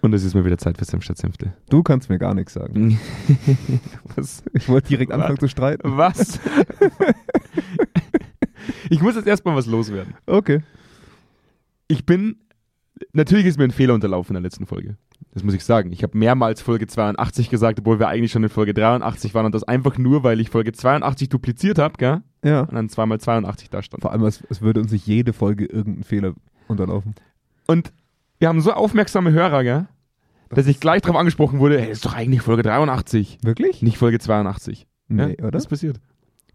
Und es ist mal wieder Zeit für Senf statt Senfte. Du kannst mir gar nichts sagen. Was? Ich wollte direkt Warte. anfangen zu streiten. Was? ich muss jetzt erstmal was loswerden. Okay. Ich bin. Natürlich ist mir ein Fehler unterlaufen in der letzten Folge. Das muss ich sagen. Ich habe mehrmals Folge 82 gesagt, obwohl wir eigentlich schon in Folge 83 waren und das einfach nur, weil ich Folge 82 dupliziert habe, gell? Ja. Und dann zweimal 82 da stand. Vor allem, es, es würde uns nicht jede Folge irgendein Fehler unterlaufen. Und wir haben so aufmerksame Hörer, gell? Dass ich gleich drauf angesprochen wurde, hey, das ist doch eigentlich Folge 83, Wirklich? nicht Folge 82. Nee, ja? oder? Das ist passiert.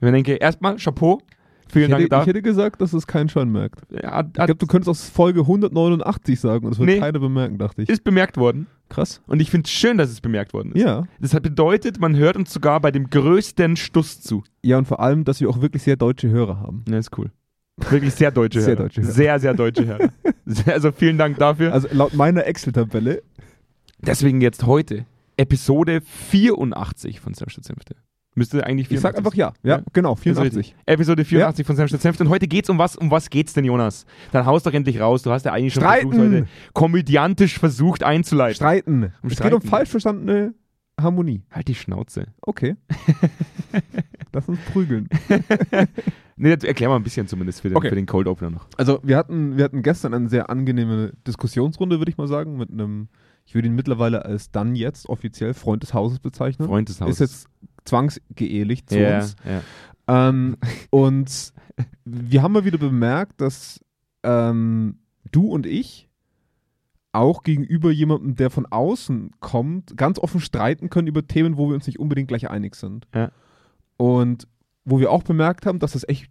Und ich denke, erstmal Chapeau, vielen ich, hätte, Dank ich dafür. hätte gesagt, dass es keinen Schein merkt. Hat, Ich hat, glaube, du könntest aus Folge 189 sagen und es wird Nee. keiner bemerken, dachte ich. ist bemerkt worden. Krass. Und ich finde es schön, dass es bemerkt worden ist. Ja. Das hat bedeutet, man hört uns sogar bei dem größten Stuss zu. Ja, und vor allem, dass wir auch wirklich sehr deutsche Hörer haben. Ja, ist cool. Wirklich sehr deutsche Sehr Hörer. deutsche Hörer. Sehr, sehr deutsche Hörer. Sehr, also vielen Dank dafür. Also laut meiner Excel-Tabelle. Deswegen jetzt heute Episode 84 von Sam Statt Senfte. Müsste eigentlich Ich sag 84 einfach ja. Ja, Ja. genau, Das ist 84. richtig. Episode 84 von Sam Statt Senfte. Und heute geht's um was? Um was geht's denn, Jonas? Dann haust doch endlich raus. Du hast ja eigentlich schon Streiten! versucht, heute komödiantisch versucht einzuleiten. Streiten. Um es geht um Streiten. falsch verstandene Harmonie. halt die Schnauze. Okay. Lass uns prügeln. Nee, jetzt erklär mal ein bisschen zumindest für den, Okay. für den Cold Opener noch. Also wir hatten, wir hatten gestern eine sehr angenehme Diskussionsrunde, würde ich mal sagen, mit einem, ich würde ihn mittlerweile als dann jetzt offiziell Freund des Hauses bezeichnen. Freund des Hauses. Ist jetzt zwangsgeehelicht zu ja, uns. Ja. Ähm, und wir haben mal wieder bemerkt, dass ähm, du und ich auch gegenüber jemandem, der von außen kommt, ganz offen streiten können über Themen, wo wir uns nicht unbedingt gleich einig sind. Ja. Und wo wir auch bemerkt haben, dass das echt,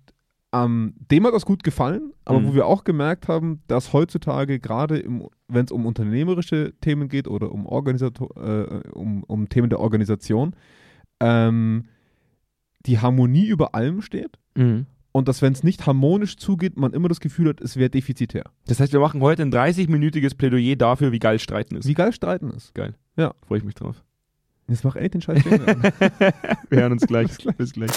ähm, dem hat das gut gefallen, aber Mhm. wo wir auch gemerkt haben, dass heutzutage gerade, wenn es um unternehmerische Themen geht oder um, Organisator, äh, um, um Themen der Organisation, ähm, die Harmonie über allem steht Mhm. und dass, wenn es nicht harmonisch zugeht, man immer das Gefühl hat, es wäre defizitär. Das heißt, wir machen heute ein 30-minütiges Plädoyer dafür, wie geil Streiten ist. Wie geil Streiten ist. Freue ich mich drauf. Jetzt mach echt den Scheiß. Jingle an. Wir hören uns gleich. Bis gleich.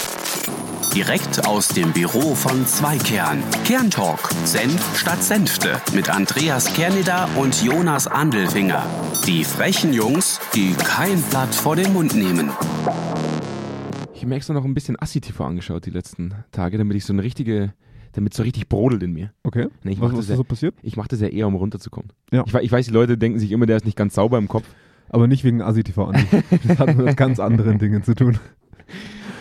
Direkt aus dem Büro von Zweikern. Kerntalk. Senf statt Senfte. Mit Andreas Kerneder und Jonas Andelfinger. Die frechen Jungs, die kein Blatt vor den Mund nehmen. Ich habe mir extra noch ein bisschen Assi-TV angeschaut die letzten Tage, damit ich so eine richtige, damit so richtig brodelt in mir. Okay. Nee, ich mach was das was ja. ist so passiert? Ich mache das ja eher, um runterzukommen. Ja. Ich, wei- ich weiß, die Leute denken sich immer, der ist nicht ganz sauber im Kopf. Aber nicht wegen ASI-TV an. Das hat mit ganz anderen Dingen zu tun.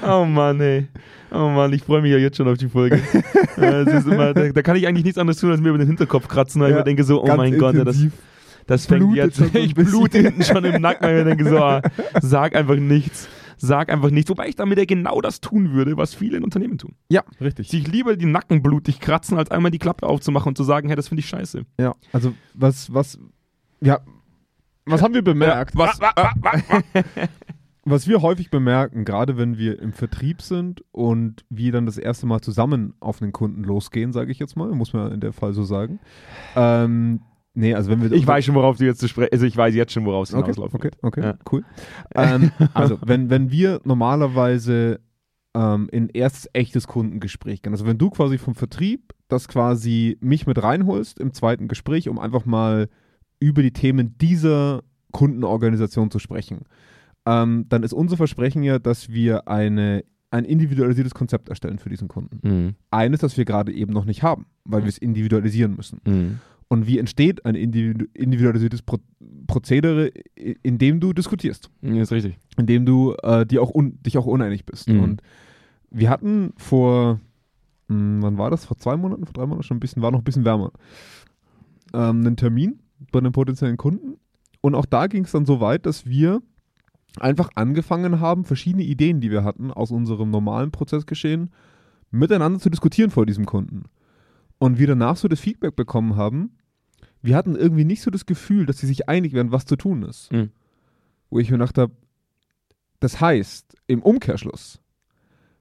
Oh Mann, ey. Oh Mann, ich freue mich ja jetzt schon auf die Folge. Ja, es ist immer, da, da kann ich eigentlich nichts anderes tun, als mir über den Hinterkopf kratzen, weil Ja, ich mir denke so, oh Ganz mein Gott, ja, das, intensiv. Das fängt Blutet jetzt. schon so ein ich blute bisschen. hinten schon im Nacken, weil ich mir denke, so, ah, sag einfach nichts. Sag einfach nichts. Wobei ich damit ja genau das tun würde, was viele in Unternehmen tun. Ja, richtig. Sich lieber die Nacken blutig kratzen, als einmal die Klappe aufzumachen und zu sagen, hey, das finde ich scheiße. Ja. Also, was, was, ja, was haben wir bemerkt? Was? Was wir häufig bemerken, gerade wenn wir im Vertrieb sind und wir dann das erste Mal zusammen auf einen Kunden losgehen, sage ich jetzt mal, muss man in der Fall so sagen. Ähm, nee, also wenn wir Ich weiß schon, worauf du jetzt zu sprechen. Also ich weiß jetzt schon, worauf es okay, hinauslaufen okay, okay, Ja. cool. Ähm, also wenn, wenn wir normalerweise ähm, in erstes echtes Kundengespräch gehen, also wenn du quasi vom Vertrieb das quasi mich mit reinholst im zweiten Gespräch, um einfach mal über die Themen dieser Kundenorganisation zu sprechen, ähm, dann ist unser Versprechen ja, dass wir eine, ein individualisiertes Konzept erstellen für diesen Kunden. wird. Mhm. Eines, das wir gerade eben noch nicht haben, weil wir es individualisieren müssen. Mhm. Und wie entsteht ein individu individualisiertes Pro Prozedere, i- indem du diskutierst, Ja, Mhm, Ist richtig. indem du äh, dir auch un dich auch uneinig bist. Mhm. Und wir hatten vor, mh, wann war das? Vor zwei Monaten, vor drei Monaten schon ein bisschen, war noch ein bisschen wärmer, ähm, einen Termin bei einem potenziellen Kunden. Und auch da ging es dann so weit, dass wir einfach angefangen haben, verschiedene Ideen, die wir hatten, aus unserem normalen Prozessgeschehen miteinander zu diskutieren vor diesem Kunden. Und wir danach so das Feedback bekommen haben, wir hatten irgendwie nicht so das Gefühl, dass sie sich einig werden, was zu tun ist. Mhm. Wo ich mir gedacht habe, das heißt, im Umkehrschluss,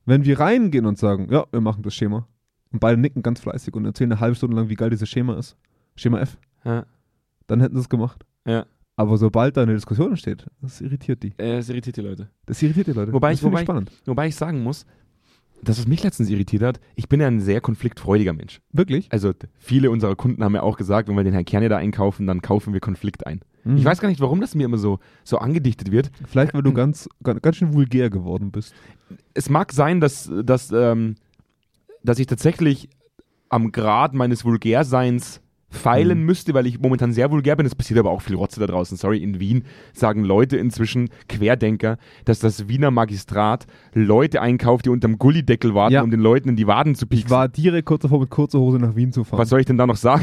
wenn wir reingehen und sagen, ja, wir machen das Schema, und beide nicken ganz fleißig und erzählen eine halbe Stunde lang, wie geil dieses Schema ist, Schema F, Ja. dann hätten sie es gemacht. Ja. Aber sobald da eine Diskussion entsteht, das irritiert die. Äh, Es irritiert die Leute. Das irritiert die Leute. Wobei das ich- finde wobei ich- spannend. Wobei ich sagen muss, das, was mich letztens irritiert hat, ich bin ja ein sehr konfliktfreudiger Mensch. Wirklich? Also d- viele unserer Kunden haben ja auch gesagt, wenn wir den Herrn Kerne da einkaufen, dann kaufen wir Konflikt ein. Mhm. Ich weiß gar nicht, warum das mir immer so, so angedichtet wird. Vielleicht, weil du Hm. ganz, ganz, ganz schön vulgär geworden bist. Es mag sein, dass, dass, ähm, dass ich tatsächlich am Grad meines Vulgärseins feilen Mhm. müsste, weil ich momentan sehr vulgär bin. Es passiert aber auch viel Rotze da draußen. Sorry, in Wien sagen Leute inzwischen, Querdenker, dass das Wiener Magistrat Leute einkauft, die unterm Gullideckel warten, Ja. um den Leuten in die Waden zu pieksen. Ich war direkt kurz davor, mit kurzer Hose nach Wien zu fahren. Was soll ich denn da noch sagen?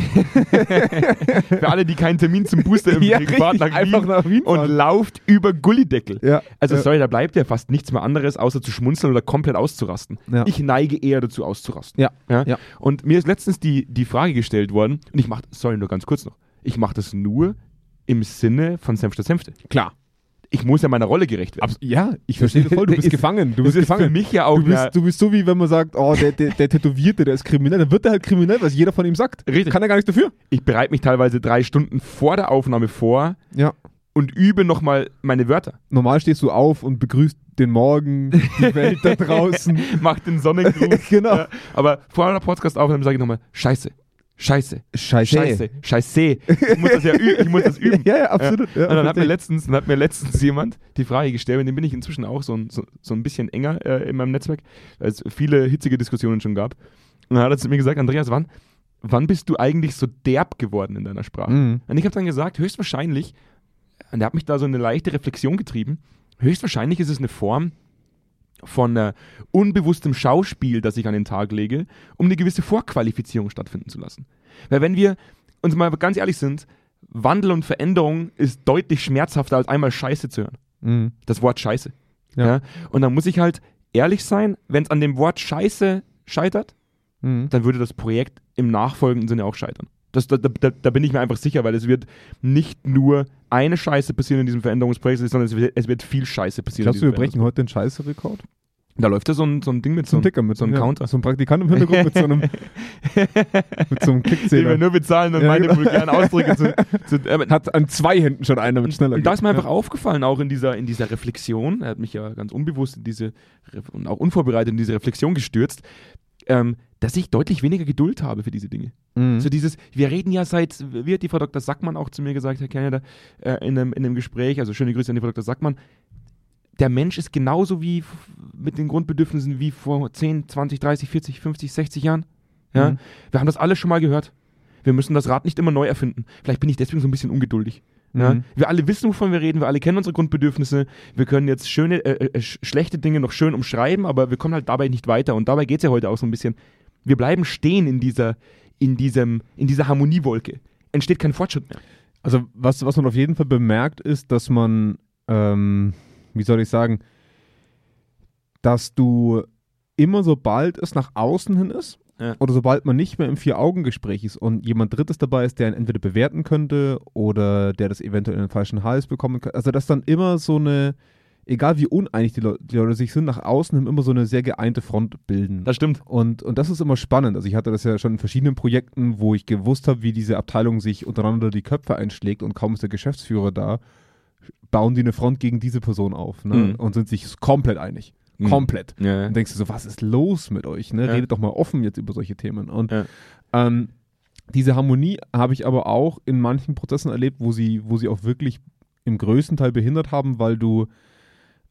Für alle, die keinen Termin zum Booster im ja, kriegen, fahrt richtig, nach Wien einfach nach Wien und fahren. lauft über Gullideckel. ja, äh, Also ja. sorry, da bleibt ja fast nichts mehr anderes, außer zu schmunzeln oder komplett auszurasten. Ja. Ich neige eher dazu auszurasten. Ja, ja. Und mir ist letztens die, die Frage gestellt worden, und ich mache, sorry, nur ganz kurz noch, ich mache das nur im Sinne von Senfte Senfte. klar. Ich muss ja meiner Rolle gerecht werden. Abs ja, ich verstehe das voll. Du bist Ist- gefangen. Du das bist ist für gefangen. mich ja auch Du eine- bist, du bist so wie wenn man sagt, oh, der, der, der Tätowierte, der ist kriminell, dann wird er halt kriminell, was jeder von ihm sagt. Richtig. Kann er gar nichts dafür. ich bereite mich teilweise drei Stunden vor der Aufnahme vor Ja. und übe nochmal meine Wörter. Normal stehst du auf und begrüßt den Morgen, die Welt da draußen. Mach den Sonnengruß. Genau. Ja. Aber vor einer Podcast-Aufnahme sage ich nochmal, scheiße, scheiße, Scheiße. scheiße, scheiße. Ich muss das ja üben. Ich muss das üben. Ja, ja, absolut. Ja, und dann hat, mir verstehe. letztens, dann hat mir letztens jemand die Frage gestellt, und dem bin ich inzwischen auch so ein, so, so ein bisschen enger äh, in meinem Netzwerk, weil es viele hitzige Diskussionen schon gab. Und dann hat er zu mir gesagt, Andreas, wann, wann bist du eigentlich so derb geworden in deiner Sprache? Mhm. Und ich habe dann gesagt, höchstwahrscheinlich, und er hat mich da so in eine leichte Reflexion getrieben, höchstwahrscheinlich ist es eine Form von äh, unbewusstem Schauspiel, das ich an den Tag lege, um eine gewisse Vorqualifizierung stattfinden zu lassen. Weil wenn wir uns mal ganz ehrlich sind, Wandel und Veränderung ist deutlich schmerzhafter, als einmal Scheiße zu hören. Mhm. Das Wort Scheiße. Ja. Ja? Und dann muss ich halt ehrlich sein, wenn es an dem Wort Scheiße scheitert, Mhm. dann würde das Projekt im nachfolgenden Sinne auch scheitern. Das, da, da, da da bin ich mir einfach sicher, weil es wird nicht nur eine Scheiße passieren in diesem Veränderungsprojekt, sondern es wird, es wird viel Scheiße passieren. in Glaubst du, diesem wir brechen heute den Scheiße-Rekord? Veränderungs- Da läuft da so ein, so ein Ding mit So so ein einem, Ticker mit so einem ja, Counter. So ein Praktikant im Hintergrund mit so einem, mit so einem den wir Klickzähler. nur bezahlen und Ja, meine genau. vulgären Ausdrücke zu. zu äh, Hat an zwei Händen schon einer mit schneller. Und da ist mir geht. einfach aufgefallen, auch in dieser, in dieser Reflexion, er hat mich ja ganz unbewusst in diese Ref- und auch unvorbereitet in diese Reflexion gestürzt, ähm, dass ich deutlich weniger Geduld habe für diese Dinge. Ja. So dieses, wir reden ja seit, wie hat die Frau Dr. Sackmann auch zu mir gesagt, Herr Kerneder, äh, in, einem, in einem Gespräch, also schöne Grüße an die Frau Dr. Sackmann, der Mensch ist genauso wie f- mit den Grundbedürfnissen wie vor 10, 20, 30, 40, 50, 60 Jahren. Ja? Mhm. Wir haben das alles schon mal gehört. Wir müssen das Rad nicht immer neu erfinden. Vielleicht bin ich deswegen so ein bisschen ungeduldig. Ja? Mhm. Wir alle wissen, wovon wir reden, wir alle kennen unsere Grundbedürfnisse. Wir können jetzt schöne, äh, äh, sch schlechte Dinge noch schön umschreiben, aber wir kommen halt dabei nicht weiter. Und dabei geht es ja heute auch so ein bisschen. Wir bleiben stehen in dieser, in diesem, in dieser Harmoniewolke. Entsteht kein Fortschritt mehr. Also was, was man auf jeden Fall bemerkt, ist, dass man, ähm, wie soll ich sagen, dass du immer sobald es nach außen hin ist Ja. oder sobald man nicht mehr im Vier-Augen-Gespräch ist und jemand Drittes dabei ist, der ihn entweder bewerten könnte oder der das eventuell in den falschen Hals bekommen könnte, also dass dann immer so eine, egal wie uneinig die, Leu- die Leute sich sind, nach außen hin immer so eine sehr geeinte Front bilden. Das stimmt. Und, und das ist immer spannend. Also ich hatte das ja schon in verschiedenen Projekten, wo ich gewusst habe, wie diese Abteilung sich untereinander die Köpfe einschlägt und kaum ist der Geschäftsführer da, bauen die eine Front gegen diese Person auf ne? Mhm. und sind sich komplett einig. Mhm. Komplett. Ja, Dann denkst du so, was ist los mit euch? Ne? Ja. Redet doch mal offen jetzt über solche Themen. Und Ja. ähm, diese Harmonie habe ich aber auch in manchen Prozessen erlebt, wo sie, wo sie auch wirklich im größten Teil behindert haben, weil du,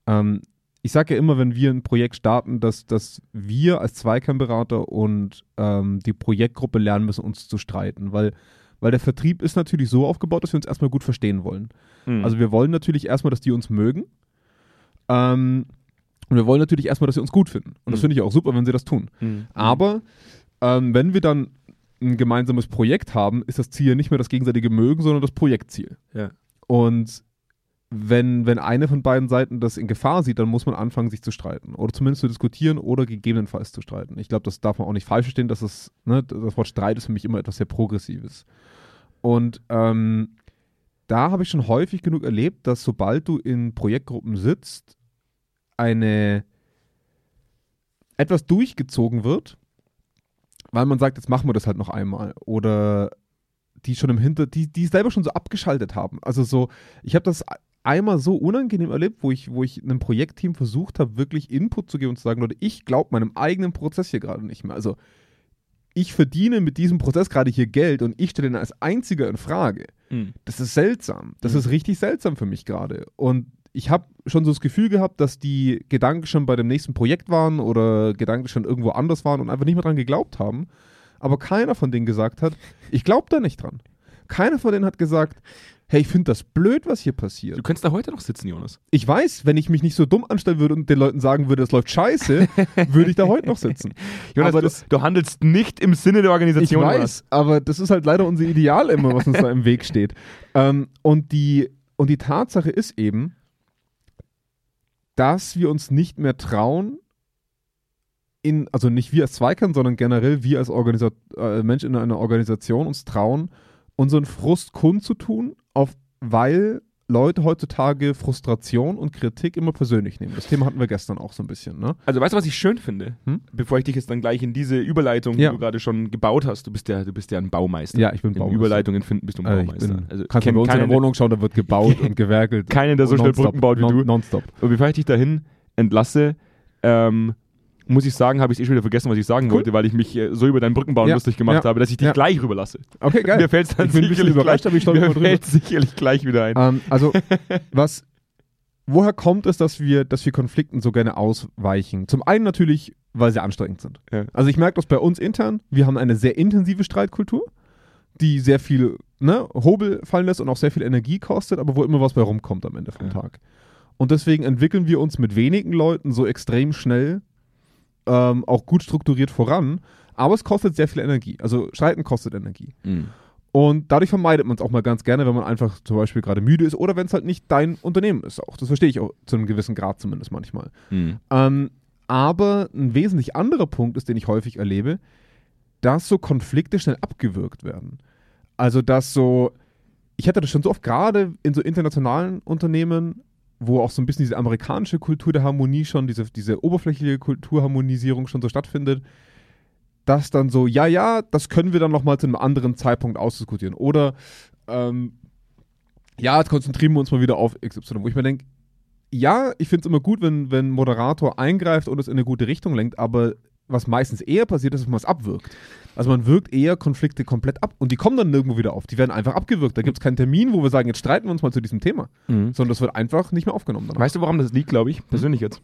ähm, ich sage ja immer, wenn wir ein Projekt starten, dass, dass wir als Zweikernberater und ähm, die Projektgruppe lernen müssen, uns zu streiten, weil, weil der Vertrieb ist natürlich so aufgebaut, dass wir uns erstmal gut verstehen wollen. Mhm. Also wir wollen natürlich erstmal, dass die uns mögen. Ähm, und wir wollen natürlich erstmal, dass sie uns gut finden. Und das Mhm. finde ich auch super, wenn sie das tun. Mhm. Aber ähm, wenn wir dann ein gemeinsames Projekt haben, ist das Ziel nicht mehr das gegenseitige Mögen, sondern das Projektziel. Ja. Und wenn, wenn eine von beiden Seiten das in Gefahr sieht, dann muss man anfangen, sich zu streiten. Oder zumindest zu diskutieren oder gegebenenfalls zu streiten. Ich glaube, das darf man auch nicht falsch verstehen, dass es, ne, das Wort Streit ist für mich immer etwas sehr Progressives. Und ähm, da habe ich schon häufig genug erlebt, dass sobald du in Projektgruppen sitzt, eine etwas durchgezogen wird, weil man sagt, jetzt machen wir das halt noch einmal. Oder die schon im Hinter, die, die selber schon so abgeschaltet haben. Also so, ich habe das einmal so unangenehm erlebt, wo ich, wo ich einem Projektteam versucht habe, wirklich Input zu geben und zu sagen, Leute, ich glaube meinem eigenen Prozess hier gerade nicht mehr. Also ich verdiene mit diesem Prozess gerade hier Geld und ich stelle ihn als einziger in Frage. Das ist seltsam. Das Mhm. ist richtig seltsam für mich gerade. Und ich habe schon so das Gefühl gehabt, dass die Gedanken schon bei dem nächsten Projekt waren oder Gedanken schon irgendwo anders waren und einfach nicht mehr dran geglaubt haben. Aber keiner von denen gesagt hat, ich glaube da nicht dran. Keiner von denen hat gesagt, hey, ich finde das blöd, was hier passiert. Du könntest da heute noch sitzen, Jonas. Ich weiß, wenn ich mich nicht so dumm anstellen würde und den Leuten sagen würde, das läuft scheiße, würde ich da heute noch sitzen. Jonas, Aber du, das- du handelst nicht im Sinne der Ich Organisation. weiß, aber das ist halt leider unser Ideal immer, was uns da im Weg steht. Ähm, und, die, und die Tatsache ist eben, dass wir uns nicht mehr trauen, in, also nicht wir als Zweikern, sondern generell wir als Organisa äh, Mensch in einer Organisation uns trauen, unseren Frust kundzutun, auf, weil Leute heutzutage Frustration und Kritik immer persönlich nehmen. Das Thema hatten wir gestern auch so ein bisschen. Ne? Also weißt du, was ich schön finde? Hm? Bevor ich dich jetzt dann gleich in diese Überleitung, Ja. die du gerade schon gebaut hast, du bist ja, du bist ja ein Baumeister. Ja, ich bin In Baumeister. Überleitungen finden bist du ein Äh, ich Baumeister. bin- also kannst du kenn bei uns in der keinen, Wohnung schauen, da wird gebaut und gewerkelt. Keinen, der so schnell Nonstop. Brücken baut wie Non- du. Nonstop. Und bevor ich dich dahin entlasse, ähm, muss ich sagen, habe ich es eh schon wieder vergessen, was ich sagen Cool. wollte, weil ich mich äh, so über dein Brückenbauen Ja. lustig gemacht Ja. habe, dass ich dich Ja. gleich rüberlasse. Okay, Mir fällt es dann Ich bin ein bisschen sicherlich überrascht, gleich, aber ich stolper mal mir drüber. fällt's sicherlich gleich wieder ein. Ähm, also, was, woher kommt es, dass wir, dass wir Konflikten so gerne ausweichen? Zum einen natürlich, weil sie anstrengend sind. Ja. Also ich merke das bei uns intern. Wir haben eine sehr intensive Streitkultur, die sehr viel ne, Hobel fallen lässt und auch sehr viel Energie kostet, aber wo immer was bei rumkommt am Ende vom Ja. Tag. Und deswegen entwickeln wir uns mit wenigen Leuten so extrem schnell, ähm, auch gut strukturiert voran. Aber es kostet sehr viel Energie. Also Streiten kostet Energie. Und dadurch vermeidet man es auch mal ganz gerne, wenn man einfach zum Beispiel gerade müde ist oder wenn es halt nicht dein Unternehmen ist. Auch das verstehe ich auch zu einem gewissen Grad zumindest manchmal. Ähm, aber ein wesentlich anderer Punkt ist, den ich häufig erlebe, dass so Konflikte schnell abgewürgt werden. Also, dass so, ich hatte das schon so oft gerade in so internationalen Unternehmen, wo auch so ein bisschen diese amerikanische Kultur der Harmonie schon, diese, diese oberflächliche Kulturharmonisierung schon so stattfindet, dass dann so, ja, ja, das können wir dann nochmal zu einem anderen Zeitpunkt ausdiskutieren. Oder, ähm, ja, jetzt konzentrieren wir uns mal wieder auf XY, wo ich mir denke, ja, ich finde es immer gut, wenn, wenn ein Moderator eingreift und es in eine gute Richtung lenkt, aber was meistens eher passiert ist, dass man es abwirkt. Also man wirkt eher Konflikte komplett ab und die kommen dann nirgendwo wieder auf. Die werden einfach abgewirkt. Da gibt es keinen Termin, wo wir sagen, jetzt streiten wir uns mal zu diesem Thema. Sondern das wird einfach nicht mehr aufgenommen. Danach. Weißt du, woran das liegt, glaube Hm? ich, persönlich jetzt?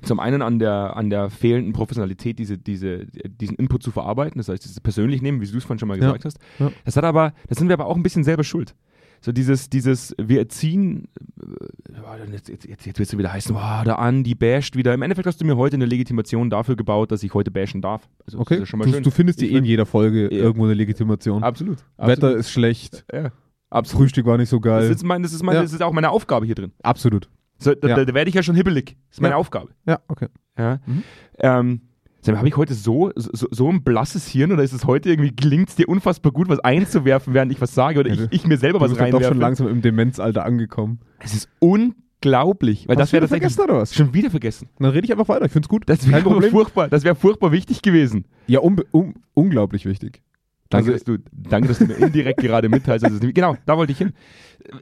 Zum einen an der, an der fehlenden Professionalität, diese, diese, diesen Input zu verarbeiten, das heißt, dieses persönlich nehmen, wie du es vorhin schon mal Ja. gesagt hast. Ja. Das hat aber, das sind wir aber auch ein bisschen selber schuld. So dieses, dieses, wir erziehen, äh, ja, dann jetzt, jetzt, jetzt jetzt willst du wieder heißen, oh, der Andi basht wieder. Im Endeffekt hast du mir heute eine Legitimation dafür gebaut, dass ich heute bashen darf. Also, Okay, das ist schon mal du, schön. du findest Ich die eh in jeder Folge Ja. irgendwo eine Legitimation. Absolut. Wetter absolut. ist schlecht, Ja, absolut. Frühstück war nicht so Das geil. ist, mein, das, ist mein, Ja. das ist auch meine Aufgabe hier drin. Absolut. So, da Ja. da, da werde ich ja schon hibbelig. Das ist meine Ja. Aufgabe. Ja, okay. Ja. Mhm. Ähm, sag mal, habe ich heute so, so, so ein blasses Hirn oder ist es heute irgendwie, gelingt es dir unfassbar gut, was einzuwerfen, während ich was sage oder Ja, ich, du- ich mir selber Du was bist doch schon reinwerfe? langsam im Demenzalter angekommen. Es ist unglaublich, weil das Hast du wäre wieder tatsächlich vergessen oder was? schon wieder vergessen. Dann rede ich einfach weiter. Ich find's gut. Das Kein wäre Problem. furchtbar, das wäre furchtbar wichtig gewesen. Ja, unbe- un unglaublich wichtig. Danke, Also- dass du, danke, dass du mir indirekt gerade mitteilst. dass es nicht- genau, da wollte ich hin.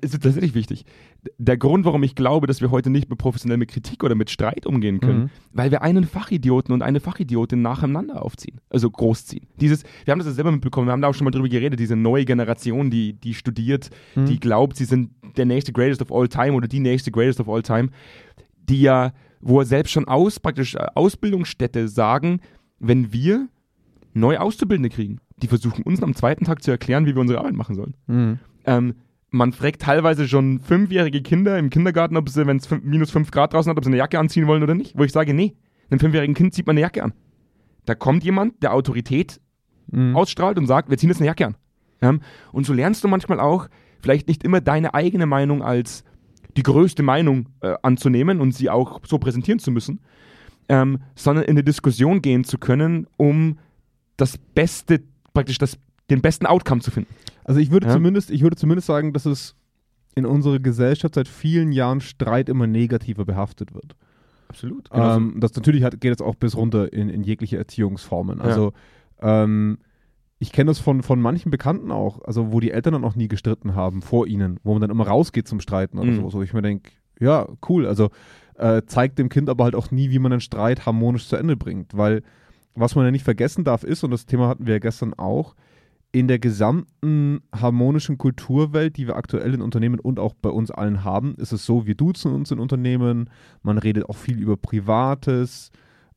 Es ist tatsächlich wichtig. Der Grund, warum ich glaube, dass wir heute nicht mehr professionell mit Kritik oder mit Streit umgehen können, Mhm. weil wir einen Fachidioten und eine Fachidiotin nacheinander aufziehen, also großziehen. Dieses, wir haben das ja selber mitbekommen, wir haben da auch schon mal drüber geredet, diese neue Generation, die, die studiert, die glaubt, sie sind der nächste Greatest of All Time oder die nächste Greatest of All Time, die ja, wo selbst schon aus praktisch äh, Ausbildungsstätte sagen, wenn wir neu Auszubildende kriegen, die versuchen uns am zweiten Tag zu erklären, wie wir unsere Arbeit machen sollen. Mhm. Ähm, man fragt teilweise schon fünfjährige Kinder im Kindergarten, ob sie, wenn es fün- minus fünf Grad draußen hat, ob sie eine Jacke anziehen wollen oder nicht. Wo ich sage, nee, einem fünfjährigen Kind zieht man eine Jacke an. Da kommt jemand, der Autorität Mhm. ausstrahlt und sagt, wir ziehen jetzt eine Jacke an. Ähm, und so lernst du manchmal auch, vielleicht nicht immer deine eigene Meinung als die größte Meinung äh, anzunehmen und sie auch so präsentieren zu müssen, ähm, sondern in eine Diskussion gehen zu können, um das beste, praktisch das, den besten Outcome zu finden. Also ich würde Ja. zumindest, ich würde zumindest sagen, dass es in unserer Gesellschaft seit vielen Jahren Streit immer negativer behaftet wird. Genau, Absolut. Also, Ähm, das natürlich hat, geht jetzt auch bis runter in, in jegliche Erziehungsformen. Also ähm, ich kenne das von, von manchen Bekannten auch, also wo die Eltern dann auch nie gestritten haben vor ihnen, wo man dann immer rausgeht zum Streiten oder Mhm. sowas, wo ich mir denke, ja, cool, also äh, zeigt dem Kind aber halt auch nie, wie man einen Streit harmonisch zu Ende bringt, weil was man ja nicht vergessen darf ist, und das Thema hatten wir ja gestern auch, in der gesamten harmonischen Kulturwelt, die wir aktuell in Unternehmen und auch bei uns allen haben, ist es so, wir duzen uns in Unternehmen, man redet auch viel über Privates,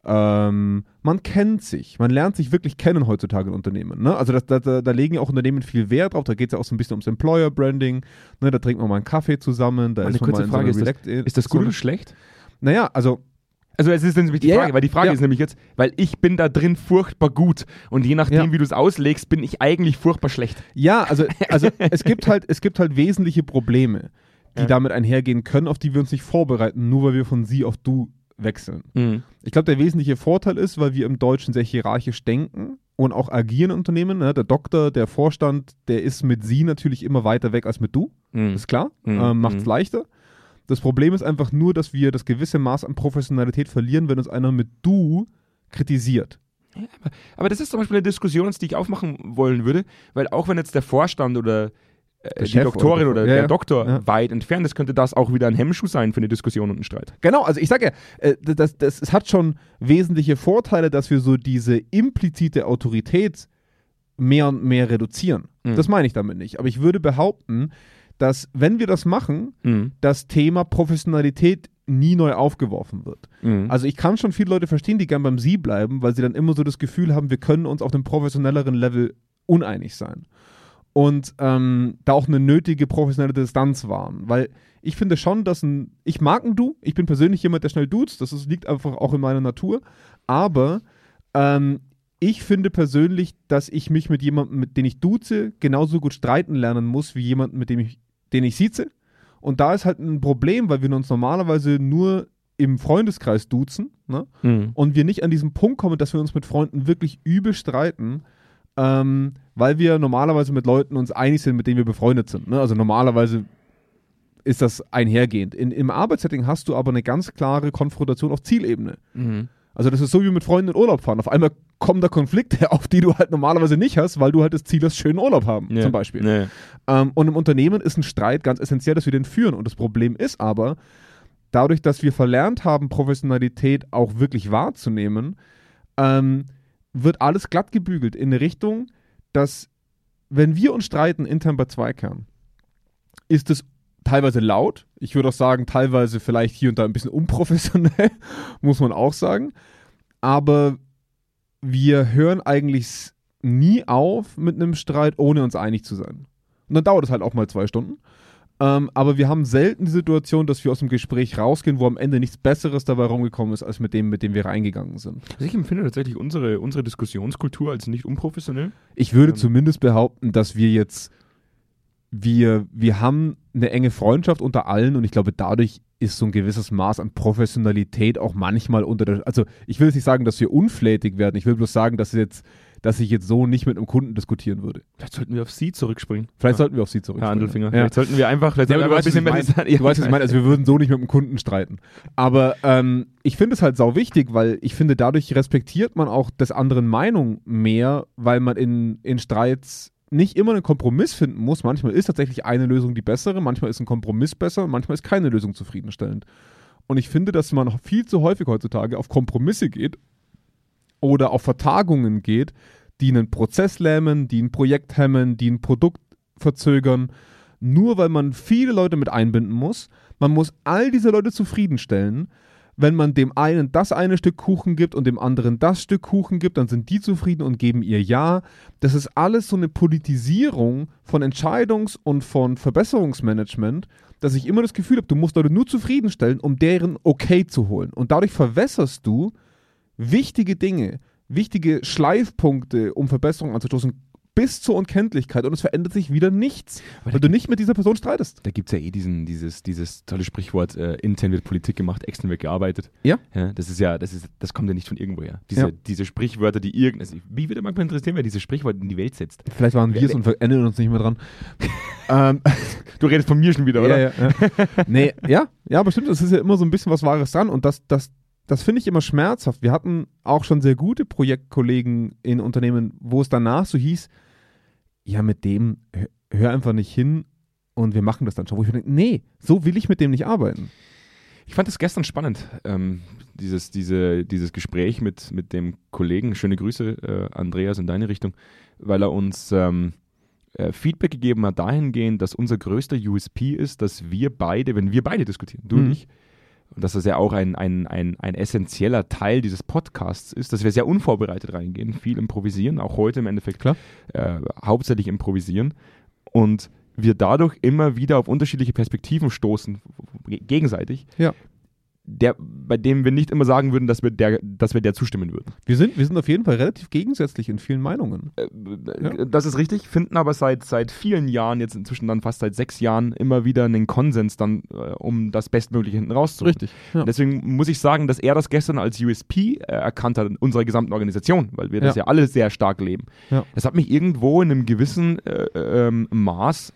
ähm, man kennt sich, man lernt sich wirklich kennen heutzutage in Unternehmen. Ne? Also das, da- da, da legen ja auch Unternehmen viel Wert drauf, da geht es ja auch so ein bisschen ums Employer-Branding, ne? da trinkt man mal einen Kaffee zusammen, da Meine ist man kurze mal in Frage, so ist das- Ist das gut oder schlecht? Naja, also Also es ist nämlich die Ja, Frage, ja. weil die Frage Ja. ist nämlich jetzt, weil ich bin da drin furchtbar gut und je nachdem, Ja. wie du es auslegst, bin ich eigentlich furchtbar schlecht. Ja, also, also es, gibt halt, es gibt halt wesentliche Probleme, die Ja. damit einhergehen können, auf die wir uns nicht vorbereiten, nur weil wir von sie auf du wechseln. Ich glaube, der wesentliche Vorteil ist, weil wir im Deutschen sehr hierarchisch denken und auch agieren in Unternehmen. Ne? Der Doktor, der Vorstand, der ist mit sie natürlich immer weiter weg als mit du. Ist klar, Mhm. ähm, macht es Mhm. leichter. Das Problem ist einfach nur, dass wir das gewisse Maß an Professionalität verlieren, wenn uns einer mit du kritisiert. Aber das ist zum Beispiel eine Diskussion, jetzt, die ich aufmachen wollen würde, weil auch wenn jetzt der Vorstand oder äh, die Chef Doktorin oder, oder- Ja, der ja. Doktor Ja. weit entfernt ist, könnte das auch wieder ein Hemmschuh sein für eine Diskussion und einen Streit. Genau, also ich sage ja, äh, das, das, das, es hat schon wesentliche Vorteile, dass wir so diese implizite Autorität mehr und mehr reduzieren. Mhm. Das meine ich damit nicht. Aber ich würde behaupten, dass wenn wir das machen, das Thema Professionalität nie neu aufgeworfen wird. Mhm. Also ich kann schon viele Leute verstehen, die gern beim Sie bleiben, weil sie dann immer so das Gefühl haben, wir können uns auf einem professionelleren Level uneinig sein. Und ähm, da auch eine nötige professionelle Distanz wahren. Weil ich finde schon, dass ein. Ich mag ein Du, ich bin persönlich jemand, der schnell duzt, das ist, liegt einfach auch in meiner Natur. Aber ähm, ich finde persönlich, dass ich mich mit jemandem, mit dem ich duze, genauso gut streiten lernen muss, wie jemanden, mit dem ich, den ich sieze. Und da ist halt ein Problem, weil wir uns normalerweise nur im Freundeskreis duzen ne? Mhm. und wir nicht an diesen Punkt kommen, dass wir uns mit Freunden wirklich übel streiten, ähm, weil wir normalerweise mit Leuten uns einig sind, mit denen wir befreundet sind. Ne? Also normalerweise ist das einhergehend. In, Im Arbeitssetting hast du aber eine ganz klare Konfrontation auf Zielebene. Mhm. Also das ist so wie mit Freunden in Urlaub fahren. Auf einmal kommen da Konflikte auf, die du halt normalerweise nicht hast, weil du halt das Ziel hast, schönen Urlaub haben, Ja. Mhm. zum Beispiel. Nee. Ähm, und im Unternehmen ist ein Streit ganz essentiell, dass wir den führen. Und das Problem ist aber, dadurch, dass wir verlernt haben, Professionalität auch wirklich wahrzunehmen, ähm, wird alles glatt gebügelt in eine Richtung, dass, wenn wir uns streiten intern bei Zweikern, ist es teilweise laut. Ich würde auch sagen, teilweise vielleicht hier und da ein bisschen unprofessionell, muss man auch sagen. Aber wir hören eigentlich s- nie auf mit einem Streit, ohne uns einig zu sein. Und dann dauert es halt auch mal zwei Stunden. Ähm, aber wir haben selten die Situation, dass wir aus dem Gespräch rausgehen, wo am Ende nichts Besseres dabei rumgekommen ist, als mit dem, mit dem wir reingegangen sind. Also ich empfinde tatsächlich unsere, unsere Diskussionskultur als nicht unprofessionell. Ich würde Ähm. zumindest behaupten, dass wir jetzt, wir, wir haben eine enge Freundschaft unter allen und ich glaube, dadurch ist so ein gewisses Maß an Professionalität auch manchmal unter der, also ich will jetzt nicht sagen, dass wir unflätig werden, ich will bloß sagen, dass, jetzt, dass ich jetzt so nicht mit einem Kunden diskutieren würde. Vielleicht sollten wir auf sie zurückspringen. Vielleicht sollten wir auf sie zurück. Herr Andelfinger. Ja. Vielleicht sollten wir einfach, vielleicht Ja, aber sollten du wir weißt, was ich mehr Du weißt, was ich meine, also wir würden so nicht mit dem Kunden streiten. Aber ähm, ich finde es halt sau wichtig, weil ich finde, dadurch respektiert man auch des anderen Meinung mehr, weil man in, in Streits nicht immer einen Kompromiss finden muss. Manchmal ist tatsächlich eine Lösung die bessere, manchmal ist ein Kompromiss besser, und manchmal ist keine Lösung zufriedenstellend. Und ich finde, dass man viel zu häufig heutzutage auf Kompromisse geht oder auf Vertagungen geht, die einen Prozess lähmen, die ein Projekt hemmen, die ein Produkt verzögern, nur weil man viele Leute mit einbinden muss. Man muss all diese Leute zufriedenstellen. Wenn man dem einen das eine Stück Kuchen gibt und dem anderen das Stück Kuchen gibt, dann sind die zufrieden und geben ihr Ja. Das ist alles so eine Politisierung von Entscheidungs- und von Verbesserungsmanagement, dass ich immer das Gefühl habe, du musst Leute nur zufriedenstellen, um deren Okay zu holen. Und dadurch verwässerst du wichtige Dinge, wichtige Schleifpunkte, um Verbesserungen anzustoßen, bis zur Unkenntlichkeit und es verändert sich wieder nichts, Aber weil da- du nicht mit dieser Person streitest. Da gibt es ja eh diesen, dieses, dieses tolle Sprichwort, äh, intern wird Politik gemacht, extern wird gearbeitet. Ja. das ist ja, das ist, das kommt ja nicht von irgendwoher. Diese, Ja. diese Sprichwörter, die irgend. Also, wie würde manchmal interessieren, wer diese Sprichwörter in die Welt setzt? Vielleicht waren wir es und erinnern uns nicht mehr dran. ähm, Du redest von mir schon wieder, oder? Ja, ja, ja. Nee, ja, ja, aber stimmt, es ist ja immer so ein bisschen was Wahres dran und das, das das finde ich immer schmerzhaft. Wir hatten auch schon sehr gute Projektkollegen in Unternehmen, wo es danach so hieß, ja, mit dem hö- hör einfach nicht hin und wir machen das dann schon. Wo ich mir denke, nee, so will ich mit dem nicht arbeiten. Ich fand es gestern spannend, ähm, dieses, diese, dieses Gespräch mit, mit dem Kollegen. Schöne Grüße, äh, Andreas, in deine Richtung, weil er uns ähm, äh, Feedback gegeben hat dahingehend, dass unser größter USP ist, dass wir beide, wenn wir beide diskutieren, du Mhm. und ich, und dass das ja auch ein, ein, ein, ein essentieller Teil dieses Podcasts ist, dass wir sehr unvorbereitet reingehen, viel improvisieren, auch heute im Endeffekt Klar. Äh, hauptsächlich improvisieren und wir dadurch immer wieder auf unterschiedliche Perspektiven stoßen, ge- gegenseitig, Ja. der, bei dem wir nicht immer sagen würden, dass wir der, dass wir der zustimmen würden. Wir sind, wir sind auf jeden Fall relativ gegensätzlich in vielen Meinungen. Ja. Äh, Das ist richtig, finden aber seit, seit vielen Jahren, jetzt inzwischen dann fast seit sechs Jahren, immer wieder einen Konsens dann, äh, um das Bestmögliche hinten rauszuholen. Ja. Deswegen muss ich sagen, dass er das gestern als USP äh, erkannt hat in unserer gesamten Organisation, weil wir das Ja. ja alle sehr stark leben. Ja. Das hat mich irgendwo in einem gewissen äh, ähm, Maß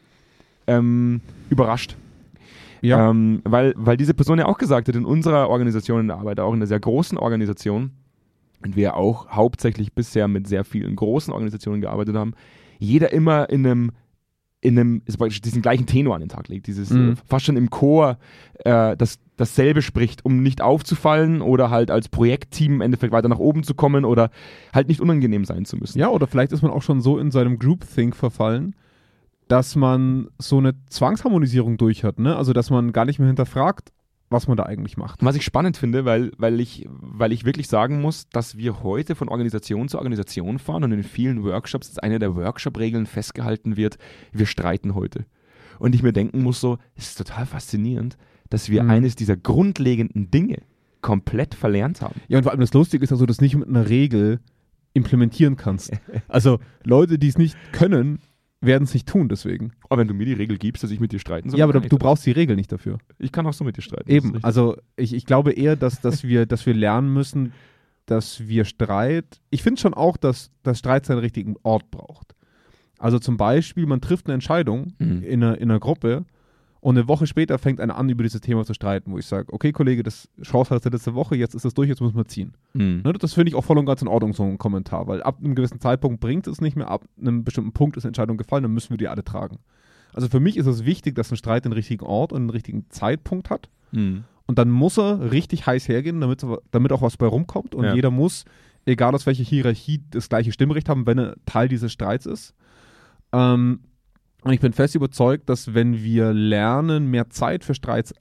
ähm, überrascht. Ja. Ähm, weil, weil diese Person ja auch gesagt hat, in unserer Organisation, in der Arbeit, auch in einer sehr großen Organisation, und wir auch hauptsächlich bisher mit sehr vielen großen Organisationen gearbeitet haben, jeder immer in einem in einem, ist praktisch diesen gleichen Tenor an den Tag legt, dieses Mhm. äh, fast schon im Chor äh, das, dasselbe spricht, um nicht aufzufallen oder halt als Projektteam im Endeffekt weiter nach oben zu kommen oder halt nicht unangenehm sein zu müssen. Ja, oder vielleicht ist man auch schon so in seinem Groupthink verfallen, dass man so eine Zwangsharmonisierung durch hat, ne? Also dass man gar nicht mehr hinterfragt, was man da eigentlich macht. Was ich spannend finde, weil, weil, ich, weil ich wirklich sagen muss, dass wir heute von Organisation zu Organisation fahren und in vielen Workshops ist eine der Workshop-Regeln festgehalten wird, wir streiten heute. Und ich mir denken muss so, es ist total faszinierend, dass wir Mhm. eines dieser grundlegenden Dinge komplett verlernt haben. Ja, und vor allem das Lustige ist, dass du das nicht mit einer Regel implementieren kannst. Also Leute, die es nicht können, werden es nicht tun deswegen. Aber wenn du mir die Regel gibst, dass ich mit dir streiten soll, ja, aber kann du, ich du das. brauchst die Regel nicht dafür. Ich kann auch so mit dir streiten. das ist Eben, richtig. also ich, ich glaube eher, dass, dass, wir, dass wir lernen müssen, dass wir Streit. Ich finde schon auch, dass, dass Streit seinen richtigen Ort braucht. Also zum Beispiel, man trifft eine Entscheidung Mhm. in, einer, in einer Gruppe und eine Woche später fängt einer an, über dieses Thema zu streiten, wo ich sage, okay, Kollege, das Chance hatte letzte Woche, jetzt ist das durch, jetzt müssen wir ziehen. Mhm. Ne, das finde ich auch voll und ganz in Ordnung, so ein Kommentar, weil ab einem gewissen Zeitpunkt bringt es nicht mehr, ab einem bestimmten Punkt ist eine Entscheidung gefallen, dann müssen wir die alle tragen. Also für mich ist es wichtig, dass ein Streit den richtigen Ort und den richtigen Zeitpunkt hat. Mhm. Und dann muss er richtig heiß hergehen, damit, damit auch was bei rumkommt. Und Ja. jeder muss, egal aus welcher Hierarchie, das gleiche Stimmrecht haben, wenn er Teil dieses Streits ist. Ähm, und ich bin fest überzeugt, dass wenn wir lernen, mehr Zeit für Streits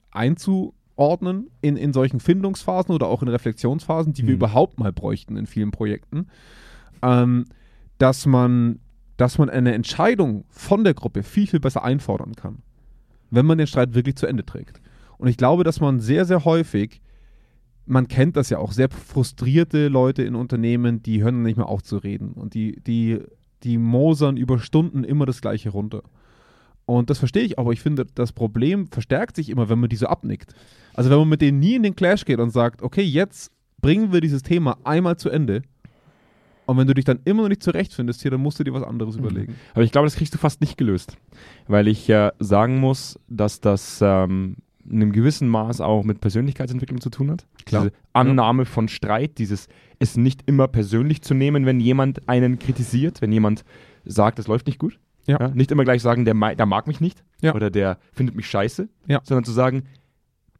einzuordnen in, in solchen Findungsphasen oder auch in Reflexionsphasen, die wir Mhm. überhaupt mal bräuchten in vielen Projekten, ähm, dass, man, dass man eine Entscheidung von der Gruppe viel, viel besser einfordern kann wenn man den Streit wirklich zu Ende trägt. Und ich glaube, dass man sehr, sehr häufig, man kennt das ja auch, sehr frustrierte Leute in Unternehmen, die hören nicht mehr auf zu reden und die, die, die mosern über Stunden immer das Gleiche runter. Und das verstehe ich, aber ich finde, das Problem verstärkt sich immer, wenn man die so abnickt. Also wenn man mit denen nie in den Clash geht und sagt, okay, jetzt bringen wir dieses Thema einmal zu Ende. Und wenn du dich dann immer noch nicht zurechtfindest hier, dann musst du dir was Mhm. anderes überlegen. Aber ich glaube, das kriegst du fast nicht gelöst. Weil ich äh, sagen muss, dass das ähm, in einem gewissen Maß auch mit Persönlichkeitsentwicklung zu tun hat. Klar. Diese Annahme von Streit, dieses es nicht immer persönlich zu nehmen, wenn jemand einen kritisiert, wenn jemand sagt, das läuft nicht gut. Ja. nicht immer gleich sagen, der, mei- der mag mich nicht Ja. oder der findet mich scheiße, Ja. sondern zu sagen,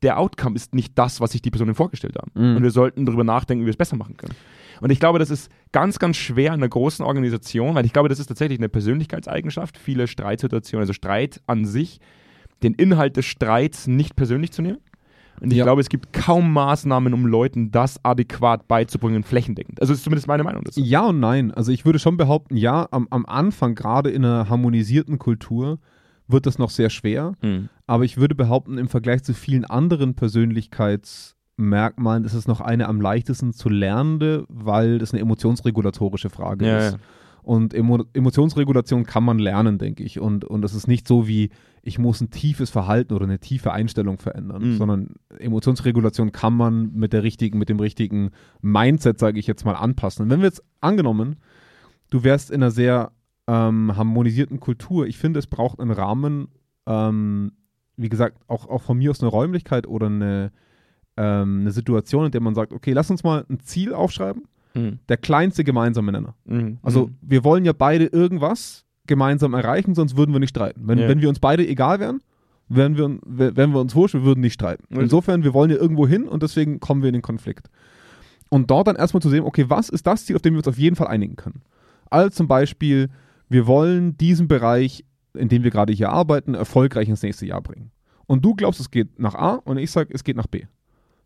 der Outcome ist nicht das, was sich die Personen vorgestellt haben. Mhm. Und wir sollten darüber nachdenken, wie wir es besser machen können. Und ich glaube, das ist ganz, ganz schwer in einer großen Organisation, weil ich glaube, das ist tatsächlich eine Persönlichkeitseigenschaft, viele Streitsituationen, also Streit an sich, den Inhalt des Streits nicht persönlich zu nehmen. Und ich Ja. glaube, es gibt kaum Maßnahmen, um Leuten das adäquat beizubringen, flächendeckend. Also das ist zumindest meine Meinung dazu. Ja und nein. Also ich würde schon behaupten, ja, am, am Anfang, gerade in einer harmonisierten Kultur, wird das noch sehr schwer. Mhm. Aber ich würde behaupten, im Vergleich zu vielen anderen Persönlichkeitsmerkmalen ist es noch eine am leichtesten zu lernende, weil das eine emotionsregulatorische Frage Ja, ist. ja. Und Emo Emotionsregulation kann man lernen, denke ich. Und, und das ist nicht so wie, ich muss ein tiefes Verhalten oder eine tiefe Einstellung verändern, Mhm. sondern Emotionsregulation kann man mit der richtigen, mit dem richtigen Mindset, sage ich jetzt mal, anpassen. Und wenn wir jetzt angenommen, du wärst in einer sehr ähm, harmonisierten Kultur, ich finde, es braucht einen Rahmen, ähm, wie gesagt, auch, auch von mir aus eine Räumlichkeit oder eine, ähm, eine Situation, in der man sagt, okay, lass uns mal ein Ziel aufschreiben, der kleinste gemeinsame Nenner. Mhm. Also wir wollen ja beide irgendwas gemeinsam erreichen, sonst würden wir nicht streiten. Wenn, Ja. wenn wir uns beide egal wären, wären wir, wär- wären wir uns wurscht, wir würden nicht streiten. Mhm. Insofern, wir wollen ja irgendwo hin und deswegen kommen wir in den Konflikt. Und dort dann erstmal zu sehen, okay, was ist das Ziel, auf dem wir uns auf jeden Fall einigen können? Also zum Beispiel, wir wollen diesen Bereich, in dem wir gerade hier arbeiten, erfolgreich ins nächste Jahr bringen. Und du glaubst, es geht nach A und ich sage, es geht nach B.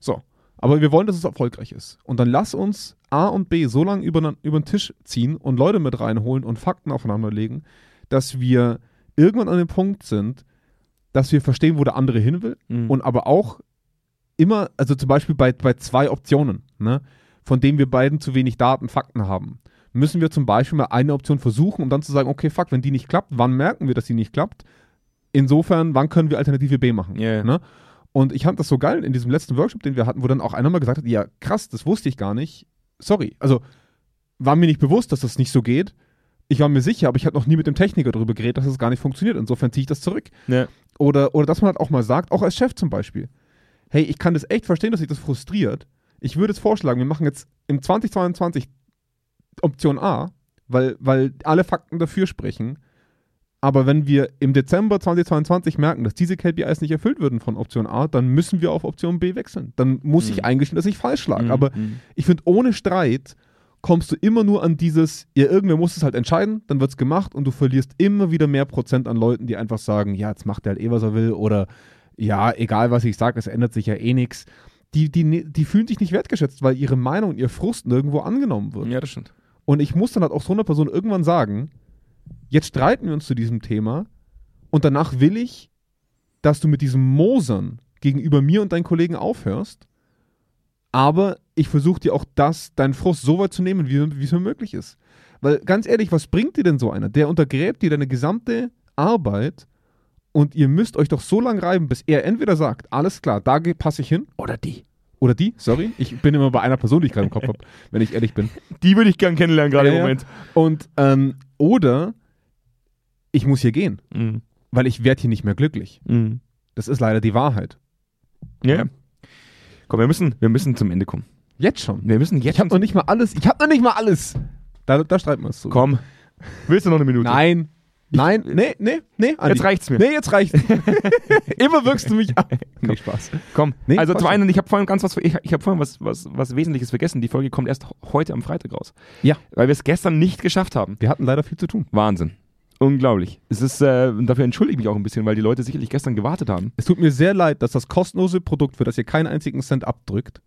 So. Aber wir wollen, dass es erfolgreich ist. Und dann lass uns A und B so lange über, über den Tisch ziehen und Leute mit reinholen und Fakten aufeinander legen, dass wir irgendwann an dem Punkt sind, dass wir verstehen, wo der andere hin will Mhm. und aber auch immer, also zum Beispiel bei, bei zwei Optionen, ne, von denen wir beiden zu wenig Daten, Fakten haben, müssen wir zum Beispiel mal eine Option versuchen, um dann zu sagen, okay, fuck, wenn die nicht klappt, wann merken wir, dass die nicht klappt? Insofern, wann können wir Alternative B machen? Ja, ja. Ne? Und ich fand das so geil in diesem letzten Workshop, den wir hatten, wo dann auch einer mal gesagt hat, ja krass, das wusste ich gar nicht. Sorry, also war mir nicht bewusst, dass das nicht so geht. Ich war mir sicher, aber ich habe noch nie mit dem Techniker darüber geredet, dass das gar nicht funktioniert. Insofern ziehe ich das zurück. Ja. Oder, oder dass man halt auch mal sagt, auch als Chef zum Beispiel, hey, ich kann das echt verstehen, dass sich das frustriert. Ich würde es vorschlagen, wir machen jetzt im 2022 Option A, weil, weil alle Fakten dafür sprechen. Aber wenn wir im Dezember 2022 merken, dass diese KPIs nicht erfüllt würden von Option A, dann müssen wir auf Option B wechseln. Dann muss Mhm. ich eingestehen, dass ich falsch lag. Aber ich finde, ohne Streit kommst du immer nur an dieses, ja, irgendwer muss es halt entscheiden, dann wird es gemacht und du verlierst immer wieder mehr Prozent an Leuten, die einfach sagen, ja, jetzt macht er halt eh, was er will oder ja, egal was ich sage, es ändert sich ja eh nichts. Die, die, die fühlen sich nicht wertgeschätzt, weil ihre Meinung und ihr Frust nirgendwo angenommen wird. Ja, das stimmt. Und ich muss dann halt auch so einer Person irgendwann sagen, jetzt streiten wir uns zu diesem Thema und danach will ich, dass du mit diesem Mosern gegenüber mir und deinen Kollegen aufhörst, aber ich versuche dir auch das, deinen Frust so weit zu nehmen, wie wie es mir möglich ist. Weil ganz ehrlich, was bringt dir denn so einer? Der untergräbt dir deine gesamte Arbeit und ihr müsst euch doch so lange reiben, bis er entweder sagt, alles klar, da passe ich hin Oder die. oder die, sorry, ich bin immer bei einer Person, die ich gerade im Kopf habe, wenn ich ehrlich bin. Die würde ich gern kennenlernen, gerade Ja, im ja. Moment. Und ähm, oder ich muss hier gehen, Mhm. weil ich werde hier nicht mehr glücklich. Mhm. Das ist leider die Wahrheit. Ja. ja. Komm, wir müssen, wir müssen zum Ende kommen. Jetzt schon. Wir müssen jetzt Ich habe noch nicht mal alles. Ich habe noch nicht mal alles. Da, da streiten wir es so. Komm. Willst du noch eine Minute? Nein. Nein, nee, nee, nee. Andi. Jetzt reicht's mir. Nee, jetzt reicht's. Immer wirkst du mich ab. Nee, Spaß. Komm. Nee, also passt zum schon. einen, ich habe vorhin ganz was, ich, ich habe vorhin was, was, was Wesentliches vergessen. Die Folge kommt erst heute am Freitag raus. Ja. Weil wir es gestern nicht geschafft haben. Wir hatten leider viel zu tun. Wahnsinn. Unglaublich. Es ist, äh, und dafür entschuldige ich mich auch ein bisschen, weil die Leute sicherlich gestern gewartet haben. Es tut mir sehr leid, dass das kostenlose Produkt, für das ihr keinen einzigen Cent abdrückt,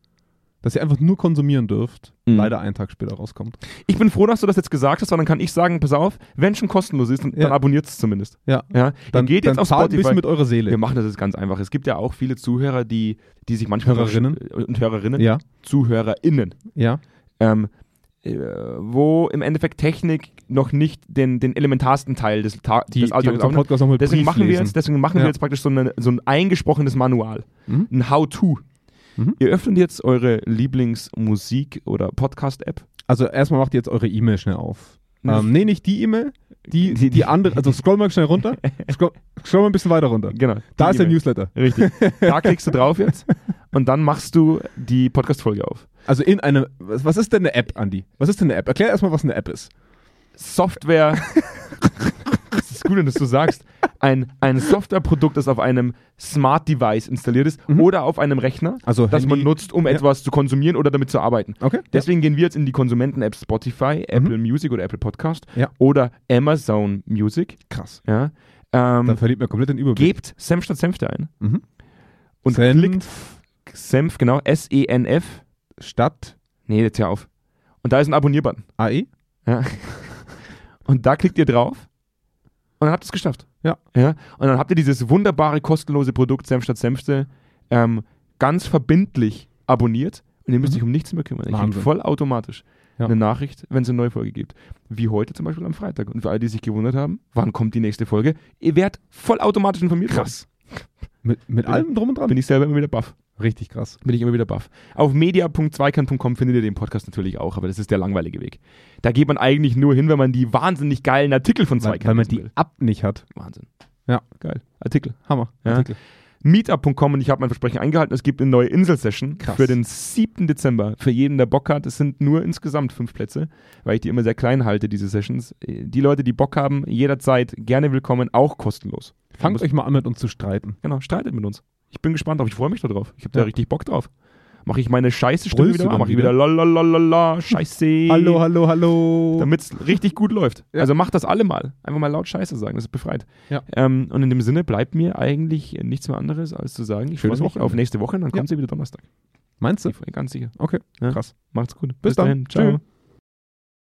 dass ihr einfach nur konsumieren dürft, Mhm. leider einen Tag später rauskommt. Ich bin froh, dass du das jetzt gesagt hast, weil dann kann ich sagen, pass auf, wenn schon kostenlos ist, dann, Ja. dann abonniert es zumindest. Ja. Ja, Dann geht dann jetzt auf zahlt ein bisschen Spotify. mit eurer Seele. Wir machen das jetzt ganz einfach. Es gibt ja auch viele Zuhörer, die, die sich manchmal äh, Hörerinnen. und Hörerinnen, Ja, ZuhörerInnen, ja. ähm, äh, wo im Endeffekt Technik noch nicht den, den elementarsten Teil des, Ta die, des die Alltags unseren aufnimmt. Podcast nochmal Deswegen Brief machen, wir lesen. jetzt, deswegen machen wir Ja. jetzt praktisch so, eine, so ein eingesprochenes Manual. Mhm. Ein How-To. Mhm. Ihr öffnet jetzt eure Lieblingsmusik- oder Podcast-App. Also erstmal macht ihr jetzt eure E-Mail schnell auf. Mhm. Ähm, nee, nicht die E-Mail, die, Die- die, andere, also scroll mal schnell runter, scroll, scroll mal ein bisschen weiter runter. Genau. Da die ist der E-Mail. Newsletter. Richtig. Da klickst du drauf jetzt und dann machst du die Podcast-Folge auf. Also in eine, was, was ist denn eine App, Andi? Was ist denn eine App? Erklär erstmal, was eine App ist. Software. das ist gut, dass du sagst. Ein, ein Softwareprodukt, das auf einem Smart Device installiert ist Mhm. oder auf einem Rechner, Also das man Handy- nutzt, um Ja. etwas zu konsumieren oder damit zu arbeiten. Okay. Deswegen gehen wir jetzt in die Konsumenten-Apps Spotify, Apple Music oder Apple Podcast Mhm. Ja. oder Amazon Music. krass. Ja. Dann Ähm, verliert man komplett den Überblick. gebt Senf statt Senfte ein. Mhm. Und Senf klickt Senf, genau, S-E-N-F. statt E? Nee, jetzt hör auf. Und da ist ein Abonnier-Button. AE. Und da klickt ihr drauf und dann habt ihr es geschafft. Ja. ja. Und dann habt ihr dieses wunderbare, kostenlose Produkt Senf statt Senfte ähm, ganz verbindlich abonniert und ihr müsst Mhm. euch um nichts mehr kümmern. Ihr kriegt Wahnsinn. vollautomatisch Ja. eine Nachricht, wenn es eine neue Folge gibt. Wie heute zum Beispiel am Freitag. Und für alle, die sich gewundert haben, wann kommt die nächste Folge, ihr werdet vollautomatisch informiert. Krass. Mit, mit Bin- allem drum und dran. Bin ich selber immer wieder baff. Richtig krass. Bin ich immer wieder baff. Auf media.zweikern.com findet ihr den Podcast natürlich auch, aber das ist der langweilige Weg. Da geht man eigentlich nur hin, wenn man die wahnsinnig geilen Artikel von Weil, Zweikern weil man lesen die will. App nicht hat. Wahnsinn. Ja. Geil. Artikel. Hammer. Ja. Artikel. Meetup.com und ich habe mein Versprechen eingehalten. Es gibt eine neue Insel-Session Krass. für den 7. Dezember. Für jeden, der Bock hat. Es sind nur insgesamt fünf Plätze, weil ich die immer sehr klein halte, diese Sessions. Äh, Die Leute, die Bock haben, jederzeit gerne willkommen, auch kostenlos. Fangt euch mal an, mit uns zu streiten. Genau, streitet mit uns. Ich bin gespannt drauf. Ich freue mich darauf. Ich habe da Ja. richtig Bock drauf. Mache ich meine scheiße Stimme Brüllst wieder? du dann Mache ich wieder? wieder lalalala, scheiße. hallo, hallo. Damit es richtig gut läuft. Oh. Ja. Also macht das alle mal. Einfach mal laut Scheiße sagen, das ist befreit. Ja. Ähm, und in dem Sinne bleibt mir eigentlich nichts mehr anderes, als zu sagen, ich freue Schönes mich Wochenende. auf nächste Woche, dann Ja. kommt sie wieder Donnerstag. Meinst du? Ich- Ganz sicher. Okay, Ja. krass. Macht's gut. Bis dann. Ciao. Tschö.